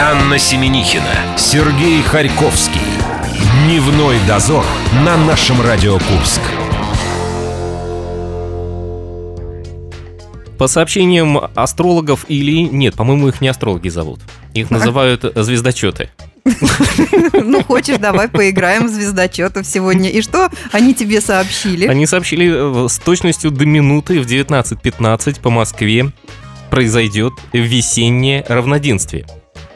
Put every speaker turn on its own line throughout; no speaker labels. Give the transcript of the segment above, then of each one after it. Анна Семенихина, Сергей Харьковский. Дневной дозор на нашем Радио Курск.
По сообщениям астрологов или... Нет, по-моему, их не астрологи зовут. Их называют э, звездочеты.
Ну, хочешь, давай поиграем в звездочетов сегодня. И что они тебе сообщили?
Они сообщили э, с точностью до минуты в 19.15 по Москве произойдет весеннее равноденствие.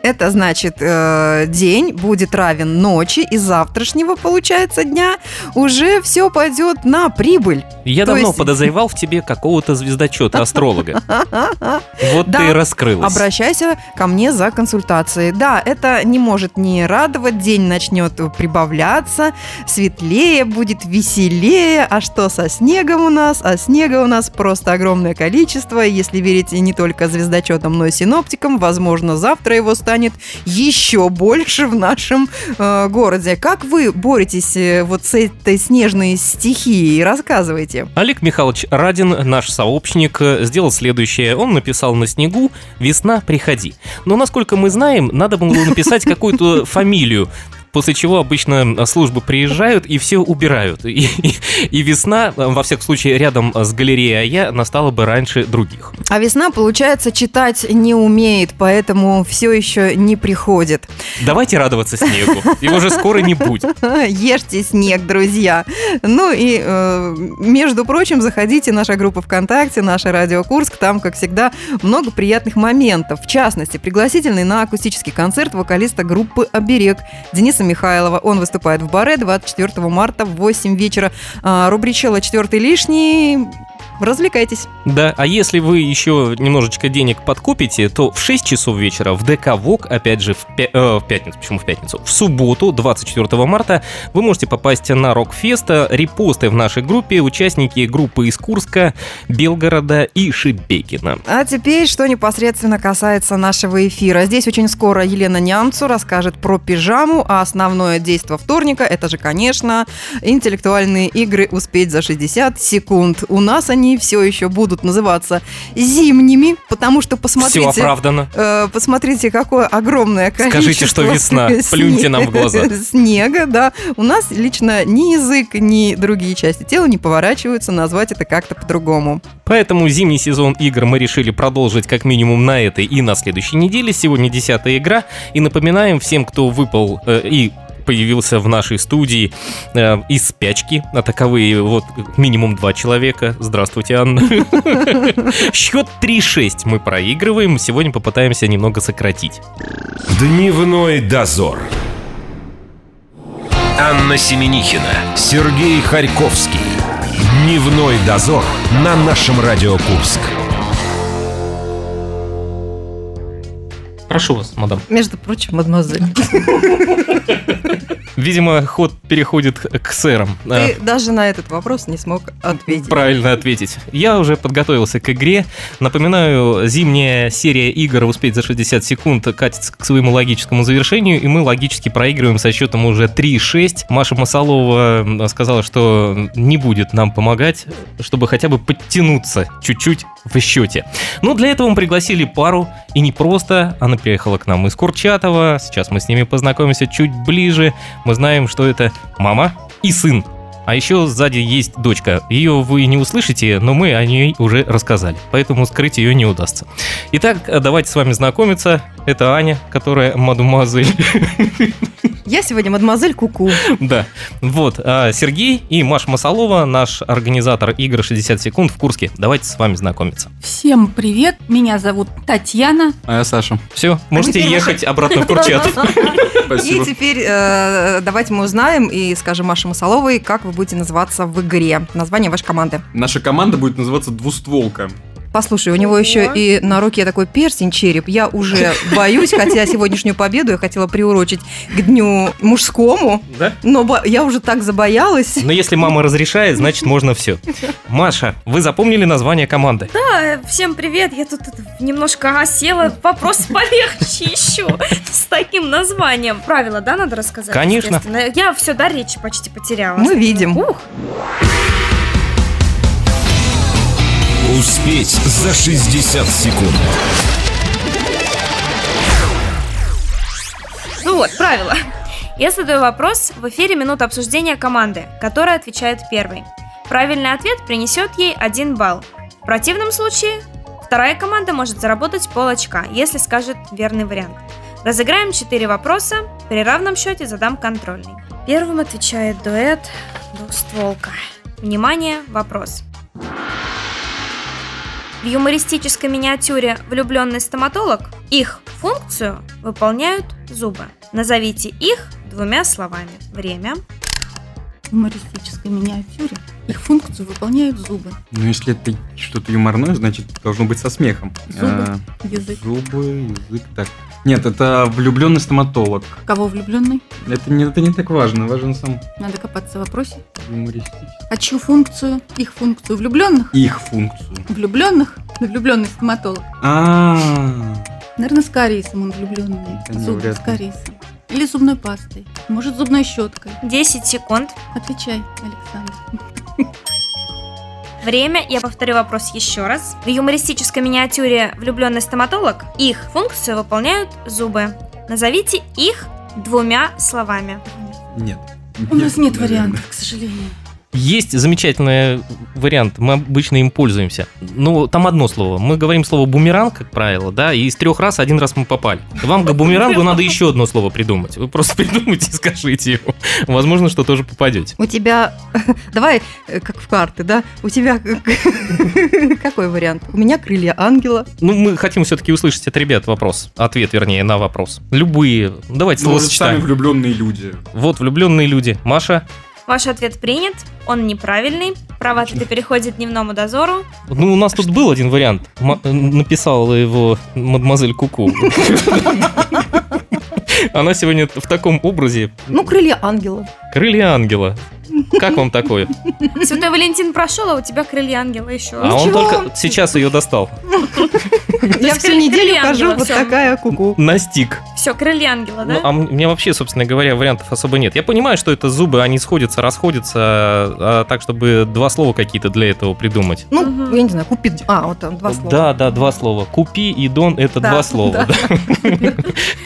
Это значит, э, день будет равен ночи, и завтрашнего, получается, дня уже все пойдет на прибыль.
Я
То
давно
есть-
подозревал в тебе какого-то звездочета астролога. Вот
Да.
ты и раскрылась.
Обращайся ко мне за консультацией. Да, это не может не радовать. День начнет прибавляться, светлее будет, веселее. А что со снегом у нас? А снега у нас просто огромное количество. И Если верить не только звездочетам, но и синоптикам, возможно, завтра его станет еще больше в нашем э, городе. Как вы боретесь э, вот с этой снежной стихией? Рассказывайте.
Олег Михайлович Радин, наш сообщник, э, сделал следующее. Он написал на снегу «Весна, приходи». Но, насколько мы знаем, надо было написать какую-то фамилию, после чего обычно э, службы приезжают и все убирают. И, и- и весна, э, во всяком случае, рядом с галереей Ая настала бы раньше других.
А весна, получается, читать не умеет, поэтому все еще не приходит.
Давайте радоваться снегу. Его же скоро не будет.
Ешьте снег, друзья. Ну и, э, между прочим, заходите, наша группа ВКонтакте, наша Радио Курск. Там, как всегда, много приятных моментов. В частности, пригласительный на акустический концерт вокалиста группы «Оберег» Дениса Михайлова. Он выступает в баре 24 марта в 8 вечера. А, Рубричела «Четвертый лишний». Развлекайтесь.
Да, а если вы еще немножечко денег подкупите, то в 6 часов вечера в ДК ВОК, опять же, в, пя- э, в пятницу, почему в пятницу? В субботу, 24 марта, вы можете попасть на Рокфеста, репосты в нашей группе, участники группы из Курска, Белгорода и Шебекина.
А теперь, что непосредственно касается нашего эфира. Здесь очень скоро Елена Нямцу расскажет про пижаму, а основное действие вторника – это же, конечно, интеллектуальные игры «Успеть за 60 секунд». У нас они все еще будут называться зимними, потому что
Все
посмотрите…
оправдано.
э, Посмотрите, какое огромное количество
Скажите, что весна.
сне-
Плюньте нам в глаза.
Снега, да. У нас лично ни язык, ни другие части тела не поворачиваются назвать это как-то по-другому.
Поэтому зимний сезон игр мы решили продолжить как минимум на этой и на следующей неделе. Сегодня десятая игра. И напоминаем всем, кто выпал э, и появился в нашей студии э, из спячки, а таковые вот минимум два человека. Здравствуйте, Анна. Счет 3-6 мы проигрываем. Сегодня попытаемся немного сократить.
Дневной дозор. Анна Семенихина, Сергей Харьковский. Дневной дозор на нашем Радио Курск.
Прошу вас, мадам.
Между прочим, мадемуазель.
Видимо, ход переходит к сэрам. Э,
Ты даже на этот вопрос не смог ответить.
Правильно ответить. Я уже подготовился к игре. Напоминаю, зимняя серия игр «Успеть за 60 секунд» катится к своему логическому завершению, и мы логически проигрываем со счетом уже 3-6. Маша Масалова м, сказала, что не будет нам помогать, чтобы хотя бы подтянуться чуть-чуть в счете. Но для этого мы пригласили пару, и не просто. Она приехала к нам из Курчатова. Сейчас мы с ними познакомимся чуть ближе. Мы знаем, что это мама и сын. А еще сзади есть дочка. Ее вы не услышите, но мы о ней уже рассказали. Поэтому скрыть ее не удастся. Итак, давайте с вами знакомиться. Это Аня, которая мадемуазель.
Я сегодня мадемуазель Куку.
Да. Вот. а Сергей и Маша Масалова, наш организатор игры 60 секунд в Курске. Давайте с вами знакомиться.
Всем привет, меня зовут Татьяна.
А я Саша.
Все, можете
теперь
ехать обратно в Курчатов.
И теперь э, давайте мы узнаем и скажем Маше Масаловой, как вы будете называться в игре. Название вашей команды.
Наша команда будет называться «Двустволка».
Послушай, у него еще и на руке такой перстень, череп. Я уже боюсь, хотя сегодняшнюю победу я хотела приурочить к дню мужскому,
Да?
но бо- я уже так забоялась.
Но если мама разрешает, значит можно все. Маша, вы запомнили название команды?
А, Всем привет, я тут это, немножко осела, вопрос полегче еще, с таким названием. Правила, да, надо рассказать?
Конечно.
естественно? Я все, да, речи почти потеряла.
Мы видим.
Ух,
Успеть за 60 секунд.
Ну вот, правило. Я задаю вопрос в эфире минута обсуждения команды, которая отвечает первой. Правильный ответ принесет ей один балл. В противном случае вторая команда может заработать пол очка, если скажет верный вариант. Разыграем 4 вопроса, при равном счете задам контрольный. Первым отвечает дуэт «Двухстволка». Внимание, вопрос. В юмористической миниатюре «Влюбленный стоматолог» их функцию выполняют зубы. Назовите их двумя словами. Время.
В юмористической миниатюре их функцию выполняют зубы.
Ну, если это что-то юморное, значит, должно быть со смехом.
Зубы.
А,
Язык.
Зубы, язык, так. Нет, это влюбленный стоматолог.
Кого влюбленный?
Это не, это не так важно, важен сам
Надо копаться в вопросе.
юмористический.
А чью функцию? Их функцию влюбленных?
Их функцию.
Влюбленных? Влюбленный стоматолог.
А,
Наверное, с кариесом он влюбленный.
Ну,
Да не,
Зубы
вряд
с
ли.
кариесом. Или зубной пастой. Может, зубной щеткой.
10 секунд.
Отвечай, Александр.
Время. Я повторю вопрос еще раз. В юмористической миниатюре «Влюбленный стоматолог» их функцию выполняют зубы. Назовите их двумя словами.
нет.
У нас нет
наверное.
вариантов, к сожалению.
Есть замечательный вариант, мы обычно им пользуемся. Ну, там одно слово. Мы говорим слово бумеранг, как правило, да, и из трех раз один раз мы попали. Вам к бумерангу надо еще одно слово придумать. Вы просто придумайте и скажите его. Возможно, что тоже попадете.
У тебя... Давай, э, как в карты, да? У тебя... Какой вариант? У меня крылья ангела.
Ну, мы хотим все-таки услышать от ребят вопрос. Ответ, вернее, на вопрос. Любые. Давайте
Ну, может, сами
словосочетания.
влюбленные люди.
Вот влюбленные люди. Маша,
Ваш ответ принят, он неправильный. Право ответа переходит дневному дозору.
ну у нас тут был один вариант. М- написала его мадемуазель Куку. Она сегодня в таком образе.
Ну, крылья ангела.
Крылья ангела. Как вам такое?
Святой Валентин прошел, а у тебя крылья ангела еще.
А он только сейчас ее достал.
Я всю
есть крылья
неделю
ангела,
хожу вот а?
всё.
такая куку.
Настиг.
Все, крылья ангела, да?
Ну, а м- у меня вообще, собственно говоря, вариантов особо нет. Я понимаю, что это зубы, они сходятся, расходятся, а так, чтобы два слова какие-то для этого придумать.
Ну,
Мгм.
я не знаю, купить... А, вот там два слова.
Да, да, два слова. Купи и Дон это
Да,
два слова.
да.
да.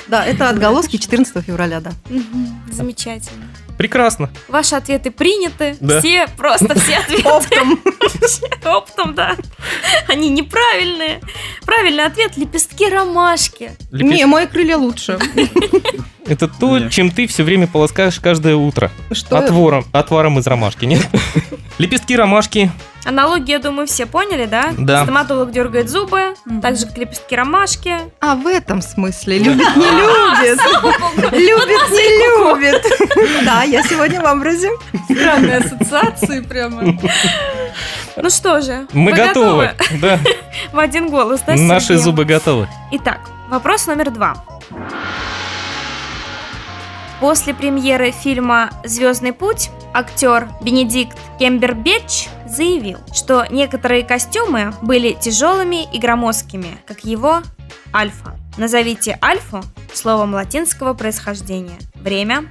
Да, это отголоски 14 февраля, да.
Мгм, Замечательно.
Прекрасно.
Ваши ответы приняты.
Да.
Все, просто все ответы.
Оптом.
Оптом, да. Они неправильные. Правильный ответ – лепестки ромашки.
Лепеш-
Не, мои крылья лучше.
Это то,
Нет.
чем ты все время полоскаешь каждое утро.
Что?
Отвором, отваром из ромашки, нет? Лепестки ромашки.
Аналогию, я думаю, все поняли, да?
Да.
Стоматолог дергает зубы,
Мгм.
также как лепестки ромашки.
А в этом смысле любит не любит. Любит не любит. Да, я сегодня А в образе.
Странные ассоциации прямо.
Ну что же,
Мы
вы
готовы. Да.
В один голос, да,
Наши
Сергей?
зубы готовы.
Итак, вопрос номер два. После премьеры фильма «Звездный путь» актер Бенедикт Кембербэтч заявил, что некоторые костюмы были тяжелыми и громоздкими, как его альфа. Назовите альфу словом латинского происхождения. Время.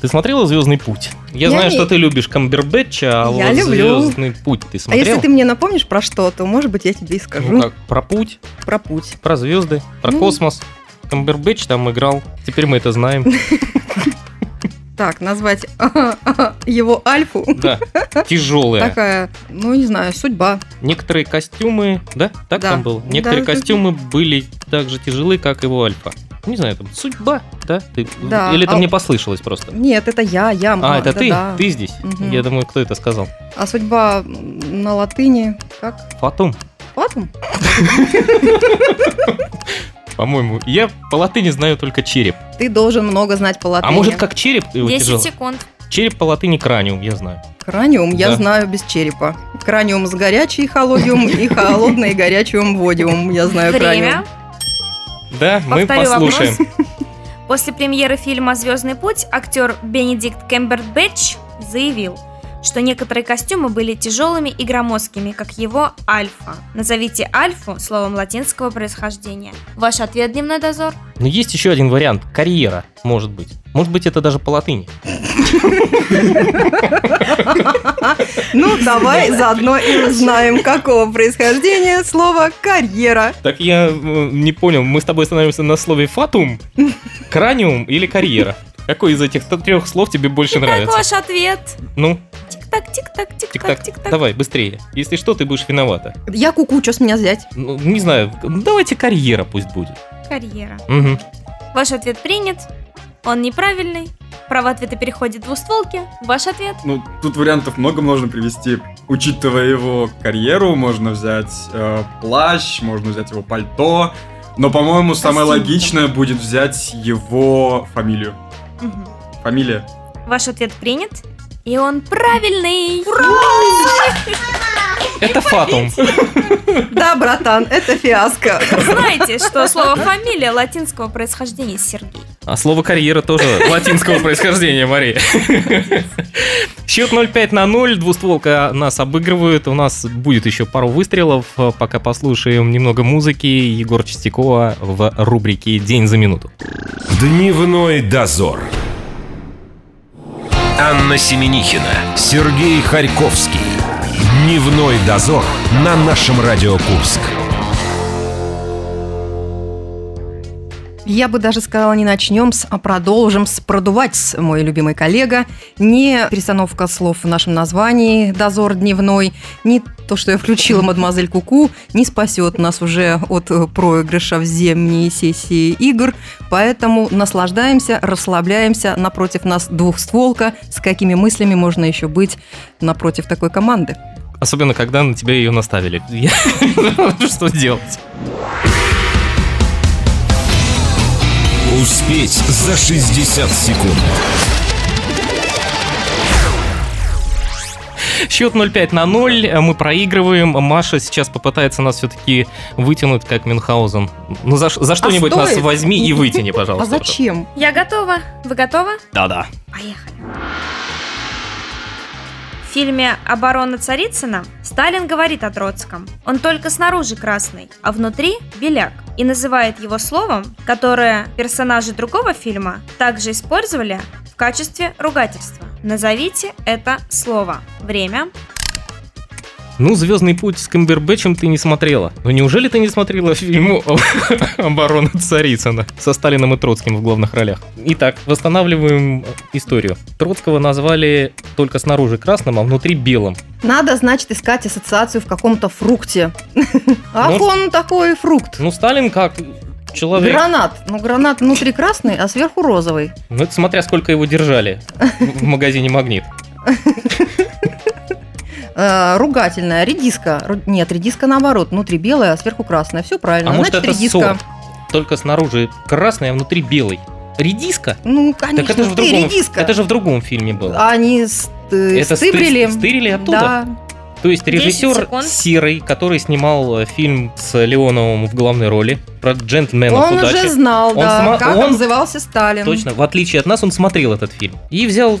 Ты смотрела Звездный путь? Я,
Я
знаю,
не-
что ты любишь Камбербэтча, а
Я
вот
люблю.
Звездный путь ты
А
смотрела?
если ты мне напомнишь про что, то, может быть, я тебе и
Ну
скажу
как, про путь,
про путь.
про звезды, про
Ну.
космос. Камбербэтч там играл. Теперь мы это знаем.
Так, назвать его альфу.
Да. Тяжелые.
Такая, ну, не знаю, судьба.
Некоторые костюмы, да, так
Да.
там было.
Да,
Некоторые
да, да.
костюмы были так же тяжелы, как его альфа. Не знаю, там судьба, да? Ты-
Да,
Или это
а-
мне послышалось просто?
Нет, это я, я.
А, это ты?
да-да.
Ты здесь?
Мгм.
Я думаю, кто это сказал?
А судьба м, на латыни как?
Фатум,
Фатум?
по-моему. Я по латыни знаю только череп.
Ты должен много знать по латыни.
А может, как череп его
10
тяжело?
секунд.
Череп по латыни краниум, я знаю.
Краниум я
Да.
знаю без черепа. Краниум с горячей холодиум и холодной горячим водиум. Я знаю краниум.
Время.
Да, мы
Повторю
послушаем.
После премьеры фильма «Звездный путь» актер Бенедикт Кембербэтч заявил, что некоторые костюмы были тяжелыми и громоздкими, как его альфа. Назовите альфу словом латинского происхождения. Ваш ответ, дневной дозор?
Но есть еще один вариант. Карьера, может быть. Может быть, это даже по латыни.
Ну, давай заодно и узнаем, какого происхождения слово «карьера».
Так я э, не понял, мы с тобой становимся на слове фатум, краниум или карьера? Какой из этих трех слов тебе больше
Итак,
нравится?
ваш ответ.
Ну,
Тик-так, тик-так, тик-так,
тик-так,
тик-так.
давай, быстрее. Если что, ты будешь виновата.
Я куку, что с меня взять?
Ну, не знаю, давайте карьера пусть будет.
Карьера.
Мгм.
Ваш ответ принят. Он неправильный. Право ответа переходит в двустволки. Ваш ответ.
Ну, тут вариантов много можно привести. Учитывая его карьеру, можно взять э, плащ, можно взять его пальто. Но, по-моему, самое
Костюм.
логичное будет взять его фамилию.
Мгм.
Фамилия.
Ваш ответ принят. И он правильный.
Это фатум.
Да, братан, это фиаско.
Знаете, что слово фамилия латинского происхождения Сергей?
А слово карьера тоже латинского происхождения, Мария. Счет 0-5 на 0, двустволка нас обыгрывает, у нас будет еще пару выстрелов, Э, пока послушаем немного музыки Егор Чистякова в рубрике «День за минуту».
Дневной дозор. Анна Семенихина, Сергей Харьковский. Дневной дозор на нашем Радио Курск.
Я бы даже сказала, не начнем с, а продолжим с продувать, с, мой любимый коллега. Не перестановка слов в нашем названии «Дозор дневной», не то, что я включила «Мадемуазель Куку», не спасет нас уже от э, проигрыша в зимние сессии игр. Поэтому наслаждаемся, расслабляемся. Напротив нас двухстволка. С какими мыслями можно еще быть напротив такой команды?
Особенно, когда на тебя ее наставили. Я- Что делать?
Успеть за 60 секунд.
Счет 0-5 на 0, мы проигрываем. Маша сейчас попытается нас все-таки вытянуть, как Мюнхгаузен. Ну, за, ш- за что-нибудь нас
А стоит?
возьми и вытяни, пожалуйста.
А зачем?
Я готова. Вы готовы?
Да-да.
Поехали. В фильме «Оборона Царицына» Сталин говорит о Троцком. Он только снаружи красный, а внутри – беляк. И называет его словом, которое персонажи другого фильма также использовали в качестве ругательства. Назовите это слово. Время.
Ну, «Звездный путь» с Камбербэтчем ты не смотрела. Ну, неужели ты не смотрела фильм «Оборона Царицына» со Сталином и Троцким в главных ролях? Итак, восстанавливаем историю. Троцкого назвали только снаружи красным, а внутри белым.
Надо, значит, искать ассоциацию в каком-то фрукте. Ах,
Ну,
он такой фрукт.
Ну, Сталин как человек...
Гранат. Ну, гранат внутри красный, а сверху розовый.
Ну, это смотря сколько его держали в в магазине «Магнит». А
Э, ругательная. Редиска. Ру- Нет, редиска наоборот. Внутри белая, а сверху красная. Все правильно.
А может,
Значит,
это
редиска.
сорт? Только снаружи красный, а внутри белый. Редиска?
Ну, конечно,
так это же в
ты
другом.
редиска.
Это же в другом фильме было.
Они с- э,
Это
стыбрили.
сты- стырили оттуда?
Да.
То есть
10
режиссер
секунд.
Серый, который снимал э, фильм с Леоновым в главной роли про джентльменов
Он
удачи.
уже знал,
ну, Он
да,
сма-
как
он-
назывался Сталин.
Точно, в отличие от нас, он смотрел этот фильм. И взял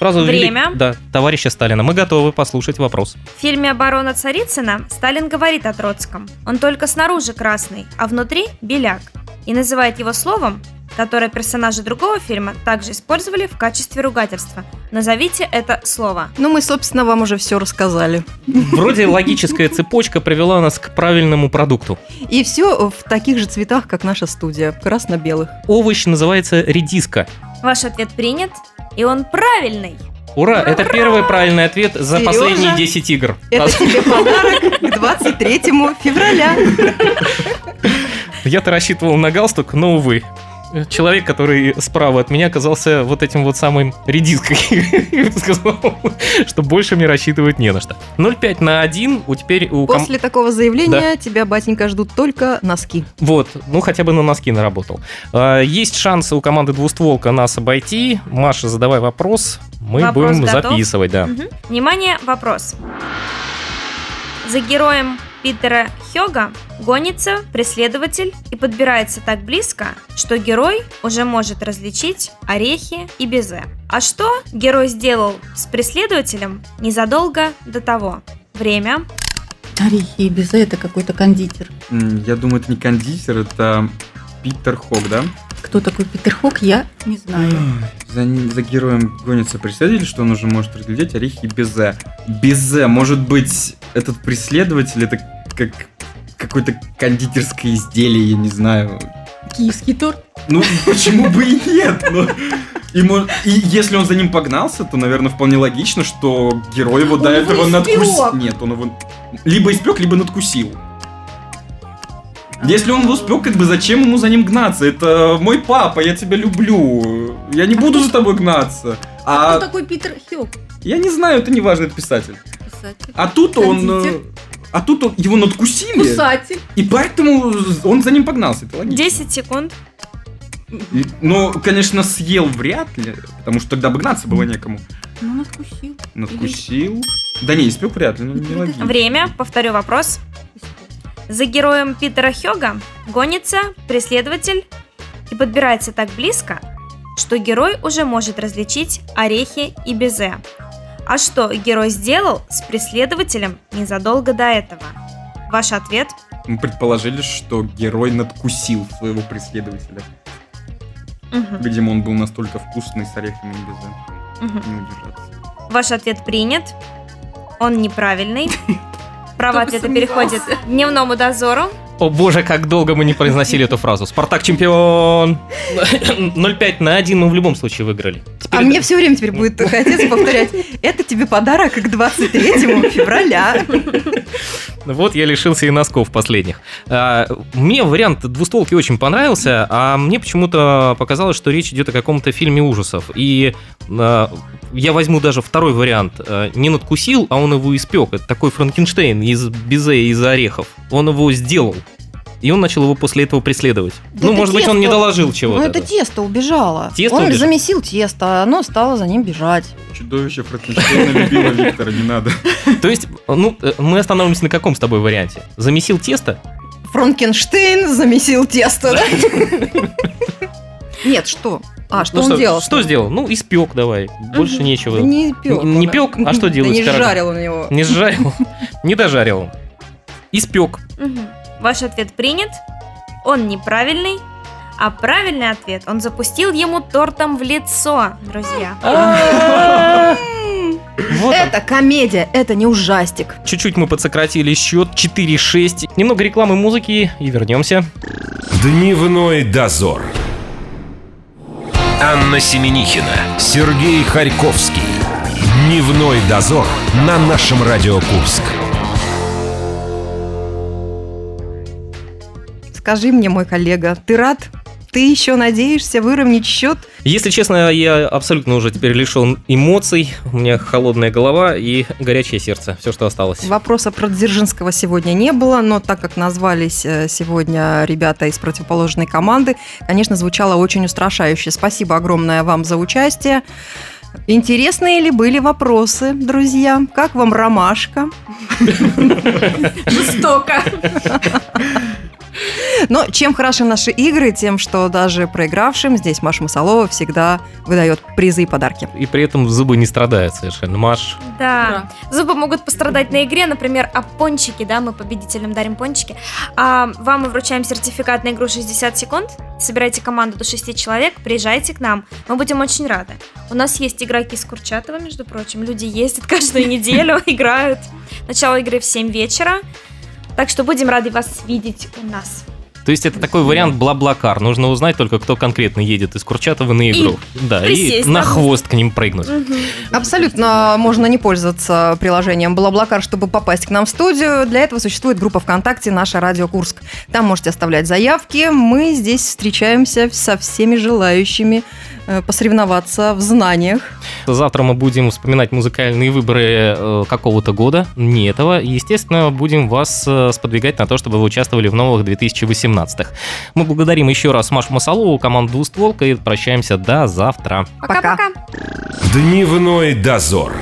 фразу... вели-
Время.
Да, товарища Сталина. Мы готовы послушать вопрос.
В фильме «Оборона Царицына» Сталин говорит о Троцком. Он только снаружи красный, а внутри – беляк. И называет его словом, которое персонажи другого фильма также использовали в качестве ругательства. Назовите это слово.
Ну, мы, собственно, вам уже все рассказали.
Вроде логическая цепочка привела нас к правильному продукту.
И все в таких же цветах, как наша студия. Красно-белых.
Овощ называется редиска.
Ваш ответ принят, и он правильный.
Ура, это первый правильный ответ за
Серёжа?
последние 10 игр.
Это тебе подарок к 23 февраля.
Я-то рассчитывал на галстук, но увы. Человек, который справа от меня, оказался вот этим вот самым редиской. Сказал, что больше мне рассчитывать не на что. 0,5 на 1 у теперь у ком-
После такого заявления тебя, батенька, ждут только носки.
Вот, ну хотя бы на носки наработал. А, Есть шансы у команды двустволка нас обойти. Маша, задавай вопрос. Мы
Вопрос
будем
готов?
записывать, да.
Мгм. Внимание, вопрос. За героем Питера Хёга гонится преследователь и подбирается так близко, что герой уже может различить орехи и безе. А что герой сделал с преследователем незадолго до того? Время.
Орехи и безе – это какой-то кондитер.
М, Я думаю, это не кондитер, это Питер Хок, да?
Кто такой Питер Хок, я не знаю.
За, ним- за героем гонится преследователь, что он уже может разглядеть орехи Безе. Безе, может быть, этот преследователь это как какое-то кондитерское изделие, я не знаю.
Киевский торт.
Ну, почему бы и нет? Ну, и, мо- и если он за ним погнался, то, наверное, вполне логично, что герой его до
Он его
этого
испек.
надкусил. Нет, он его либо испек, либо надкусил. Если он его испек, как бы зачем ему за ним гнаться? Это мой папа, я тебя люблю. Я не буду за тобой гнаться.
Кто
А
такой Питер Хок?
я не знаю, это не важно, это писатель.
Писатель.
А тут он... э,
Кондитер.
А тут он- его надкусили,
Писатель.
и поэтому он за ним погнался. Это логично.
10 секунд.
Ну, конечно, съел вряд ли, потому что тогда бы гнаться было некому.
Ну, он откусил.
Надкусил. Да не, испек вряд ли, ну не логично.
Время. Повторю вопрос. За героем Питера Хёга гонится преследователь и подбирается так близко, что герой уже может различить орехи и безе. А что герой сделал с преследователем незадолго до этого? Ваш ответ?
Мы предположили, что герой надкусил своего преследователя.
Мгм,
Видимо, он был настолько вкусный с орехами и без
мгм.
не удержаться.
Ваш ответ принят. Он неправильный. Право
бы
ответа
сомневался.
переходит к дневному дозору.
О боже, как долго мы не произносили эту фразу. Спартак чемпион! 0-5 на 1 мы в любом случае выиграли.
А
Теперь
мне все время теперь будет хотеться повторять. Это тебе подарок к 23 февраля.
Вот я лишился и носков последних. А, Мне вариант двустолки очень понравился, а мне почему-то показалось, что речь идет о каком-то фильме ужасов. И а, я возьму даже второй вариант. А, Не надкусил, а он его испек. Это такой Франкенштейн из безе и из орехов. Он его сделал. И он начал его после этого преследовать.
Да
ну,
это
может быть, он
тесто.
не доложил
Ну,
чего-то.
это тесто убежало.
Тесто
Он
убежало.
замесил тесто, а оно стало за ним бежать.
Чудовище Франкенштейна любило Виктора, не надо.
То есть, ну, э, мы останавливаемся на каком с тобой варианте? Замесил тесто?
Франкенштейн замесил тесто, да? Нет, что? А, что
Ну
он делал?
Что сделал? Ну, испек давай. Больше нечего.
Да не пек.
Не пек, а что делает
не
пирога?
жарил у него.
Не сжарил. Не дожарил. Испек.
Мгм. Ваш ответ принят. Он неправильный. А правильный ответ он запустил ему тортом в лицо, друзья.
Вот он.
Это комедия, это не ужастик.
Чуть-чуть мы подсократили счет 4-6. Немного рекламы музыки и вернемся.
Дневной дозор. Анна Семенихина, Сергей Харьковский. Дневной дозор на нашем Радио Курск.
Скажи мне, мой коллега, ты рад? Ты еще надеешься выровнять счет?
Если честно, я абсолютно уже теперь лишен эмоций. У меня холодная голова и горячее сердце. Все, что осталось.
Вопроса про Дзержинского сегодня не было, но так как назвались э, сегодня ребята из противоположной команды, конечно, звучало очень устрашающе. Спасибо огромное вам за участие. Интересные ли были вопросы, друзья? Как вам ромашка?
Жестоко.
Но чем хороши наши игры, тем, что даже проигравшим здесь Маша Масалова всегда выдает призы и подарки.
И при этом зубы не страдают совершенно. Маш,
Да.
Ура.
Зубы могут пострадать на игре, например, а пончики, да, мы победителям дарим пончики. А, вам мы вручаем сертификат на игру 60 секунд. Собирайте команду до 6 человек, приезжайте к нам. Мы будем очень рады. У нас есть игроки из Курчатова, между прочим. Люди ездят каждую неделю, играют. Начало игры в 7 вечера. Так что будем рады вас видеть у нас.
То есть это такой вариант бла-бла-кар. Нужно узнать только, кто конкретно едет из Курчатова на игру. да, и
присесть
на
надо.
хвост к ним прыгнуть.
Абсолютно можно не пользоваться приложением Блаблакар, чтобы попасть к нам в студию. Для этого существует группа ВКонтакте «Наша Радио Курск». Там можете оставлять заявки. Мы здесь встречаемся со всеми желающими э, посоревноваться в знаниях.
Завтра мы будем вспоминать музыкальные выборы э, какого-то года, не этого. Естественно, будем вас э, сподвигать на то, чтобы вы участвовали в новых 2018-х. Мы благодарим еще раз Машу Масалову, команду «Двустволка» и прощаемся до завтра.
Пока.
Пока-пока.
Дневной дозор.